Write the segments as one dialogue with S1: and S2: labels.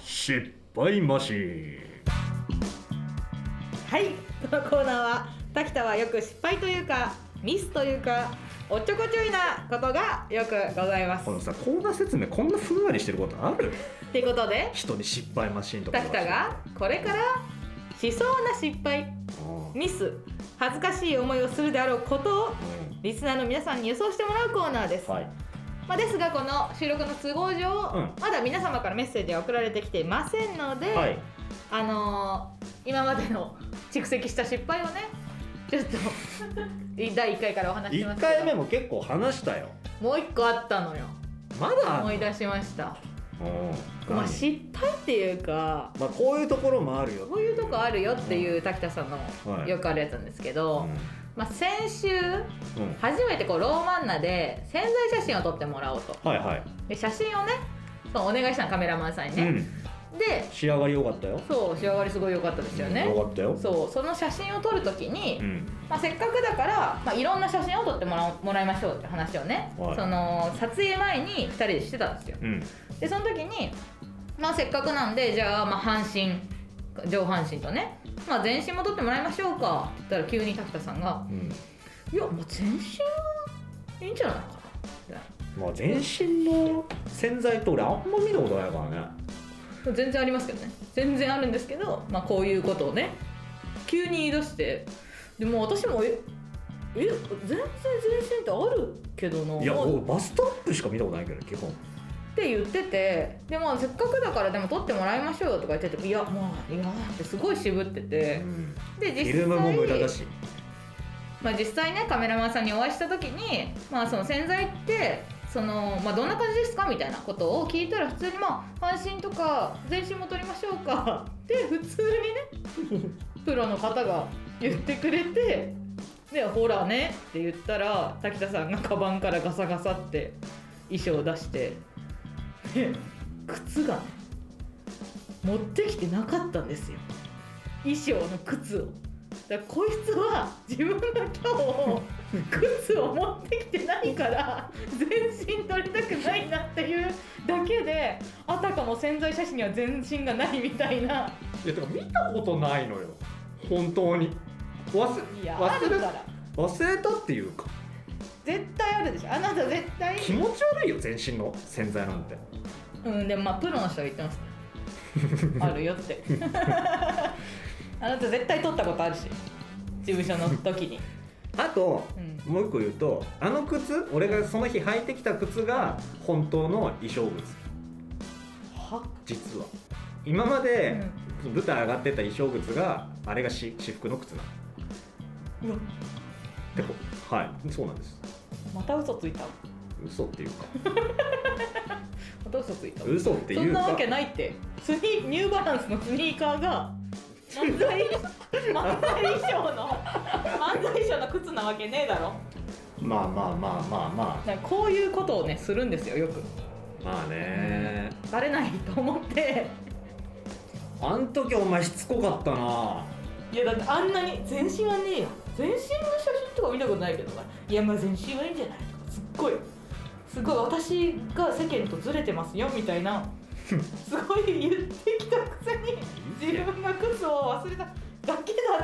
S1: 失敗マシーン
S2: はいこのコーナーは滝田はよく失敗というかミスというかおっちょこちょいなことがよくございます
S1: このさコーナー説明こんなふんわりしてることある
S2: っていうことで
S1: 人に失敗マシーンとか
S2: 滝田がこれからしそうな失敗
S1: うん
S2: ミス恥ずかしい思いをするであろうことを
S1: う
S2: リスナーの皆さんに予想してもらうコーナーです、
S1: んはい
S2: まあ、ですがこの収録の都合上、
S1: うん
S2: まだ皆様からメッセージは送られてきていませんので、
S1: はい
S2: あのー今までの蓄積した失敗をねちょっと第1回からお話ししま
S1: 1
S2: すけど
S1: 回目も結構話したよ
S2: もう一個あったのよ
S1: まだ
S2: 思い出しました
S1: うん
S2: まあ失敗っていうか
S1: まあこういうところもあるよ
S2: こういうとこあるよっていう滝田さん
S1: は
S2: の
S1: い
S2: よくあるやつなんですけ
S1: う
S2: ど、
S1: ん
S2: まあ、先週
S1: うん
S2: 初めてこうローマンナで宣材写真を撮ってもらおうと
S1: はいはい
S2: で写真をねそうお願いしたのカメラマンさんに
S1: う
S2: ね、
S1: ん
S2: で
S1: 仕上がり良かったよ
S2: そう仕上がりすごい良かったですよね
S1: 良、かったよ
S2: そうその写真を撮る時に、
S1: うん
S2: まあ、せっかくだから、まあ、いろんな写真を撮ってもらおもらいましょうって話をね、
S1: はい
S2: その撮影前に2人でしてたんですよ
S1: うん
S2: でその時に、まあ、せっかくなんでじゃあまあ半身上半身とね、まあ、全身も撮ってもらいましょうかって言ったら急に滝田さんが
S1: うん
S2: 「いやもう全身いいんじゃないかな」みたい
S1: まあ全身の洗剤って俺あんま見たことないからね
S2: な全然ありますけどね全然あるんですけど、まあ、こういうことをね急に言い出してでもう私も「ええ全然全身ってあるけどない
S1: や
S2: まあ
S1: 俺バストアップしか見たことないけど基本
S2: って言っててでもせっかくだからでも撮ってもらいましょうよとか言ってていやまあいやってすごい渋っててで
S1: フ
S2: 実
S1: ィルムも無駄だし
S2: まあ、実際ねカメラマンさんにお会いした時に、まあ、その洗剤ってその、まあ、どんな感じですかみたいなことを聞いたら普通にまあ半身とか全身も撮りましょうかって普通にねプロの方が言ってくれてでほらねって言ったら滝田さんがカバンからガサガサって衣装を出してで靴がね持ってきてなかったんですよ衣装の靴をだからこいつは自分が今日靴を持ってきてないから全身撮りたくないなっていうだけであたかも潜在写真には全身がないみたいない
S1: やてか見たことないのよ本当に忘
S2: いやあるから
S1: 忘れたっていうか
S2: 絶対あるでしょあなた絶対
S1: 気持ち悪いよ全身の洗剤なんて
S2: うんでもまあプロの人は言ってますあるよって あなた絶対撮ったことあるし事務所の時に、
S1: あと
S2: うん、
S1: もう一個言うとあの靴俺がその日履いてきた靴が本当の衣装靴
S2: は
S1: 実は今まで舞台上がってた衣装靴があれがし私服の靴なの
S2: うわ
S1: でこはいそうなんです
S2: また嘘ついた
S1: 嘘っていうか
S2: また嘘ついた
S1: 嘘って
S2: そ
S1: い
S2: ん
S1: う
S2: なわ
S1: か
S2: けないってスニーニューバランスのスニーカーが漫才漫才衣装の漫才衣装の靴なわけねえだろ
S1: まあまあまあまあま
S2: なんかこういうことをねするんですよよく
S1: あまあね
S2: バレないと思って
S1: あん時お前しつこかったない
S2: やだってあんなに全身はねえよ全身の写真とか見たことないけどないやまあ全身はいいんじゃないとかすっごいすごい私が世間とずれてますよみたいな すごい言ってきたくせに自分が靴を忘れただけだ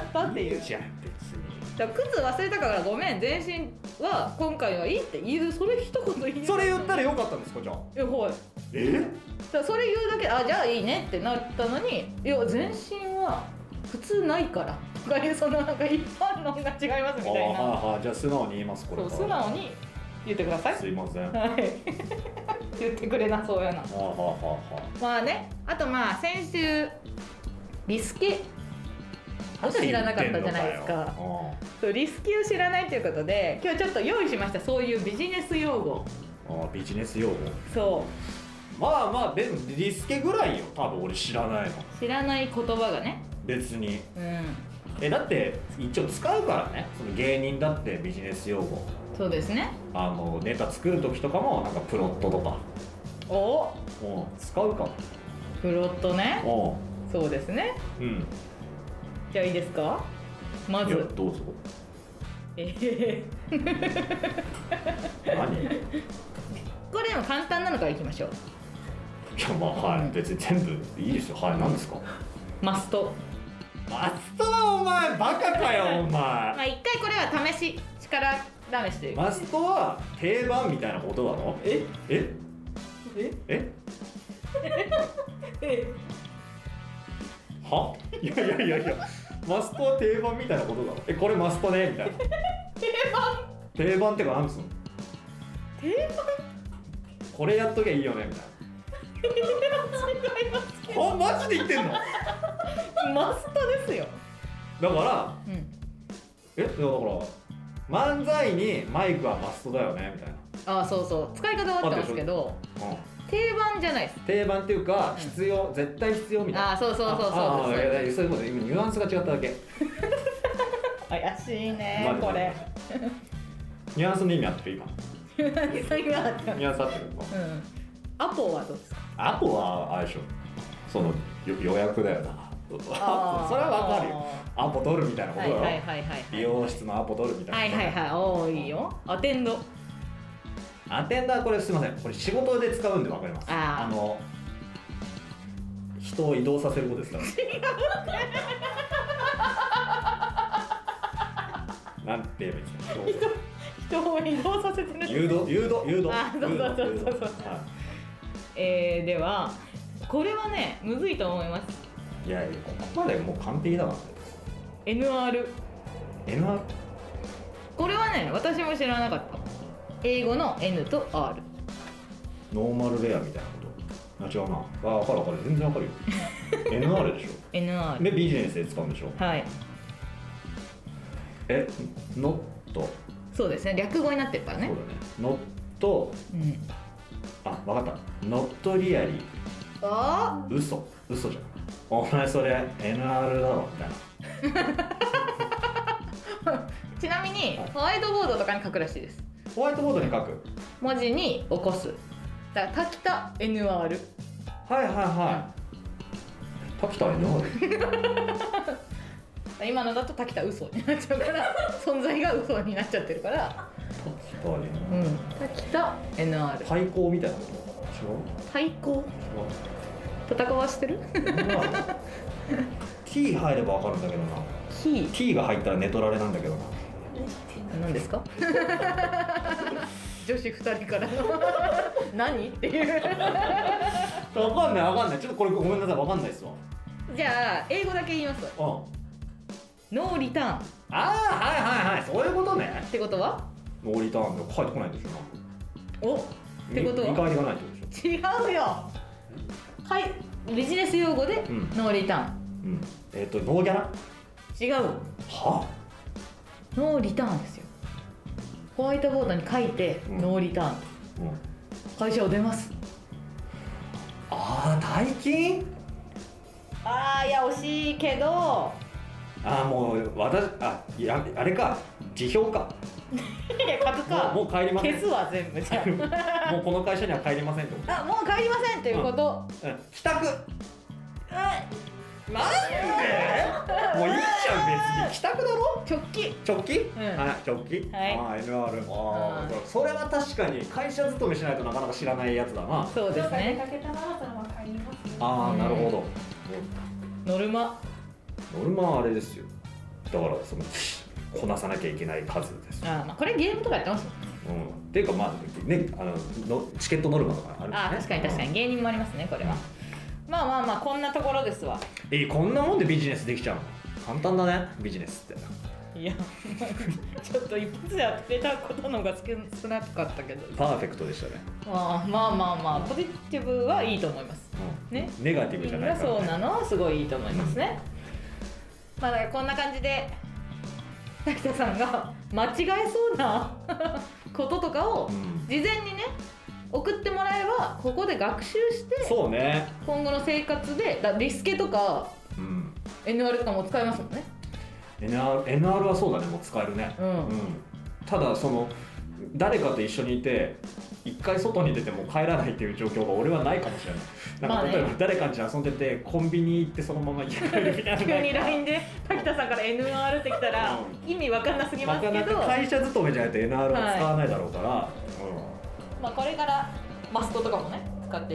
S2: ったっていう
S1: じゃん別に
S2: だから靴忘れたからごめん全身は今回はいいって言うそれ一言言う
S1: それ言ったら
S2: よ
S1: よかったんですかじゃあ
S2: えはい
S1: え
S2: だからそれ言うだけであじゃあいいねってなったのにいや全身は普通ないからとかいうそのなんか一般論が違いますみたいな
S1: はいじゃあ素直に言いますこ
S2: そう
S1: から
S2: 素直に言ってください
S1: すいませんは
S2: はい 言ってくれなそうや
S1: あ
S2: な
S1: はあはあは
S2: まあねあとまあ先週リスケ
S1: あ
S2: を知らなかったじゃないですかそうリスケを知らないということで今日ちょっと用意しましたそういうビジネス用語
S1: ああビジネス用語
S2: そ
S1: まあまあでもリスケぐらいよ多分俺知らないの
S2: う知らない言葉がね
S1: 別に
S2: うん
S1: えだって一応使うからねその芸人だってビジネス用語
S2: そうですね
S1: あのネタ作る時とかもなんかプロットとか
S2: おお
S1: もう使うか
S2: プロットね
S1: も
S2: そうですね
S1: うんうん
S2: じゃあいいですかま
S1: いや
S2: ず
S1: どうぞ
S2: え
S1: 何
S2: ー これでも簡単なのからいきましょう
S1: いやまあはい、
S2: うん
S1: 別に全部いいですよはい何ですか
S2: マスト
S1: マストはお前バカかよお前
S2: まあ一回これは試し力試しというか
S1: マストは定番みたいなことなのええええはいやいやいやいやマストは定番みたいなことなのえこれマストねみたいな
S2: 定番
S1: 定番ってか何つうの
S2: 定番
S1: これやっときゃいいよねみたい
S2: 違いま
S1: なはマジで言ってんのだか
S2: すマストですよ、
S1: ら
S2: うん、
S1: えだから漫才にマイクはマストだよねみたい
S2: ああそうそう使い方は合ってますけど
S1: な、うん、
S2: 定番じゃないです
S1: 定番っていうか
S2: うん
S1: 必要、絶対必要みたいな
S2: ああそうそうそうそう
S1: ああいやい
S2: で
S1: や
S2: す
S1: そういうこと今ニュアンスが違っただけ
S2: 怪しいね
S1: まあ
S2: こ れ
S1: ニュアンスの意味合ってる今
S2: それがあった
S1: ニュアンス合ってる
S2: うんアポはどうですか
S1: アポはあれでしょそのよ予約だよなそれ
S2: あー
S1: はわかるよアポ取るみたいなこと
S2: は
S1: だ
S2: い
S1: よ、
S2: はいはいはい
S1: 美容室のアポ取るみた
S2: はいい
S1: な、
S2: はいはいおーいいよアテンド
S1: アテンダーこれすいませんこれ仕事で使うんでわかります
S2: あー
S1: の人を移動させることですから違うなんて言えばいいですか
S2: 人を移動させて
S1: 誘導誘導誘導
S2: あそうそうそうそうそう
S1: は
S2: えー、ではこれはねむずいと思います
S1: いいやいやここまでもう完璧だわ
S2: NR
S1: NR
S2: これはね私も知らなかった英語の N と R
S1: ノーマルレアみたいなことあ違うなあ分かる分かる全然分かるよ NR でし
S2: NR
S1: ょでビジネスで使うんでしょ
S2: はい
S1: えノット
S2: そうですね略語になってるから
S1: そ
S2: ね
S1: うだねノット
S2: うん
S1: あ分かったノットリアリー
S2: あ
S1: 嘘嘘じゃんお前それ NR だろみたいな
S2: ちなみに
S1: はい
S2: ホワイトボードとかに書くらしいです
S1: ホワイトボードに書く
S2: 文字に起こすだから滝田 NR
S1: はいはいはい滝田 NR
S2: 今のだと滝田嘘になっちゃうから存在が嘘になっちゃってるから、
S1: 滝田 NR
S2: うん、滝田 NR
S1: 対抗みたいなこと違う
S2: 対抗戦わしてる
S1: T 入ればわかるんだけどな
S2: キー
S1: T が入ったら寝取られなんだけどな
S2: 何です か女子二人からの何っていう
S1: わかんないわかんないちょっとこれごめんなさいわかんないですわ
S2: じゃあ英語だけ言います
S1: うん
S2: ノーリターンっ
S1: ああはいはいはいそういうことね
S2: てことは
S1: ノーリターンで帰ってこないんでしょ
S2: お
S1: な
S2: ってことは
S1: 見返りがないってことでし
S2: 違うよはいビジネス用語で
S1: うん
S2: ノーリタ
S1: ょうんえっ、とノーギャラ
S2: ーン違う
S1: は
S2: ノーリターンですよホワイトボードに書いて
S1: うん
S2: ノーリターン
S1: うん
S2: 会社を出ます
S1: ああ大金
S2: あーいや惜しいけど
S1: ああもう私あいやあれか辞表 か
S2: 株価
S1: もうもう帰りません
S2: 消すわ全部じゃ
S1: もうこの会社には帰りませんってこ
S2: ああもう帰りませんということ、
S1: と、うん、帰宅
S2: う
S1: なんでもういいじゃん別に帰宅だろ
S2: ん直帰
S1: 直帰、
S2: ん
S1: はい直帰、
S2: はい
S1: あー NR あー
S2: う
S1: それは確かに会社勤めしないとなかなか知らないやつだな
S2: そうです
S3: 出
S2: ね
S3: かけたマラソンは帰りますよ。
S1: ああなるほど、
S2: ノルマ
S1: ノルマはあれですよだからそのこなさなきゃいけない数です
S2: あ、ー、まあ、これゲームとかやってますもんね
S1: うん、っていうかまあねあののチケットノルマとかあるんですね
S2: あー確かに確かに芸人もありますねこれはまあまあまあこんなところですわ
S1: えーこんなもんでビジネスできちゃうの簡単だねビジネスって
S2: いや ちょっと一発で当てたことの方が少なかったけど
S1: パーフェクトでしたね、
S2: まあまあまあまあポジティブはいいと思います
S1: うん
S2: ね
S1: ネガティブ
S2: み
S1: じゃ
S2: ん
S1: ない
S2: な
S1: から、ね、
S2: そうなのはすごいいいと思いますねまあだからこんな感じで滝田さんが間違えそうなこととかを
S1: うん
S2: 事前にね送ってもらえばここで学習して
S1: そうね
S2: 今後の生活でだリスケとか
S1: うん
S2: NR とかも使えますもんね
S1: NR, NR はそうだねもう使えるね、
S2: うん
S1: ただその誰かと一緒にいて一回外に出ても帰らないっていう状況が俺はないかもしれないなん
S2: まあ
S1: か
S2: ね
S1: 例えば誰かんち遊んでてコンビニ行ってそのまま家帰るみたいな
S2: 急に LINE で滝田さんから NR ってきたら意味わかんなすぎ
S1: な
S2: ます
S1: か
S2: け
S1: な
S2: ど
S1: か会社勤めじゃないと NR は使わないだろうから、
S2: まあこれからマストとかもね使って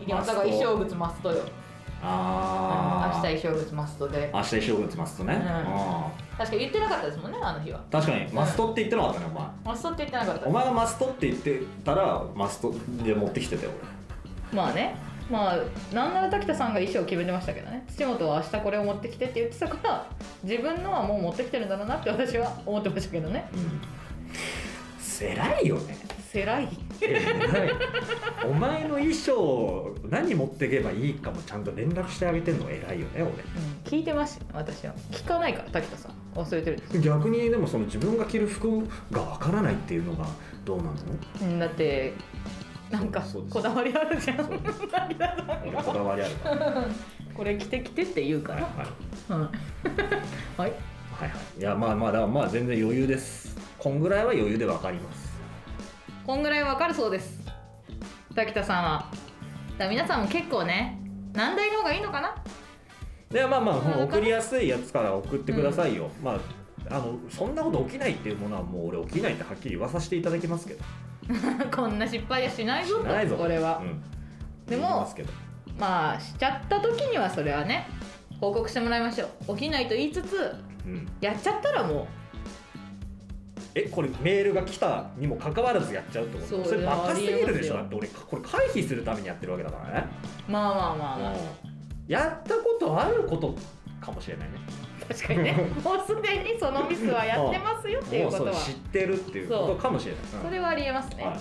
S2: 入山さんが衣装物マストよ
S4: あ
S2: 明日
S4: あ
S2: 衣装物マストで
S4: 明日衣装打ちますとね、
S2: うん
S4: あ
S2: 確か言ってなかったですもんねあの日は
S4: ー確かにマストって言ってなかったねお前
S2: マストって言ってなかった
S4: お前がマストって言ってたらマストで持ってきてたよ
S2: まあねまあなんなら滝田さんが衣装を決めてましたけどね土本は明日これを持ってきてって言ってたから自分のはもう持ってきてるんだろうなって私は思ってましたけどね
S4: 俺うん偉いよね
S2: せらい
S1: 偉いお前の衣装何持ってけばいいかもちゃんと連絡してあげてんの偉いよね
S2: うん聞いてました私は聞かないから滝田さん忘れてるんです
S1: 俺逆にでもその自分が着る服がわからないっていうのがどうなの
S2: うんだってなんか
S1: そうです
S2: こだわりあるじゃん滝田さん
S1: 俺こだわりあるから
S2: これ着て着てって言うか
S1: はい
S2: ら
S1: はい
S2: うんはい
S1: はいはいいやまあまあだからまあ全然余裕ですこんぐらいは余裕でわかります
S2: こんぐらいわかるそうです滝田さんはだから皆さんも結構ね難題の方がいいのかな
S1: でまあまあ
S2: なのかな
S1: 送りやすいやつから送ってくださいよ、まああのそんなこと起きないっていうものはもう俺起きないってはっきり言わさせていただきますけど、
S2: こんな失敗はしないぞと
S1: しないぞ
S2: これは
S1: う、ん、
S2: で
S1: 言い
S2: も
S1: ますけど
S2: まあしちゃった時にはそれはね報告してもらいましょう起きないと言いつつ
S1: うん、
S2: やっちゃったらも
S1: えこれメールが来たにもかかわらずやっちゃうってこと
S2: そう
S1: それバカすぎるでしょ
S2: あ
S1: だ
S2: り
S1: って俺これ回避するためにやってるわけだからね、
S2: うまあまあまあまあ、
S1: うん、やったことあることかもしれないね
S2: 確かにね もうすでにそのミスはやってますよっていう
S1: もう
S2: こ
S1: そ
S2: と
S1: れ
S2: は
S1: 知ってるっていうことかもしれないうん
S2: それはありえますね、
S1: はい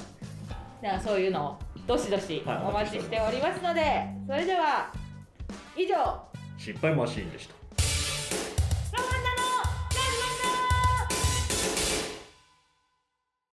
S2: じゃあそういうのをどしどし
S1: はい
S2: お待ちしておりますのでそれでは以上
S1: 失敗マシーンでした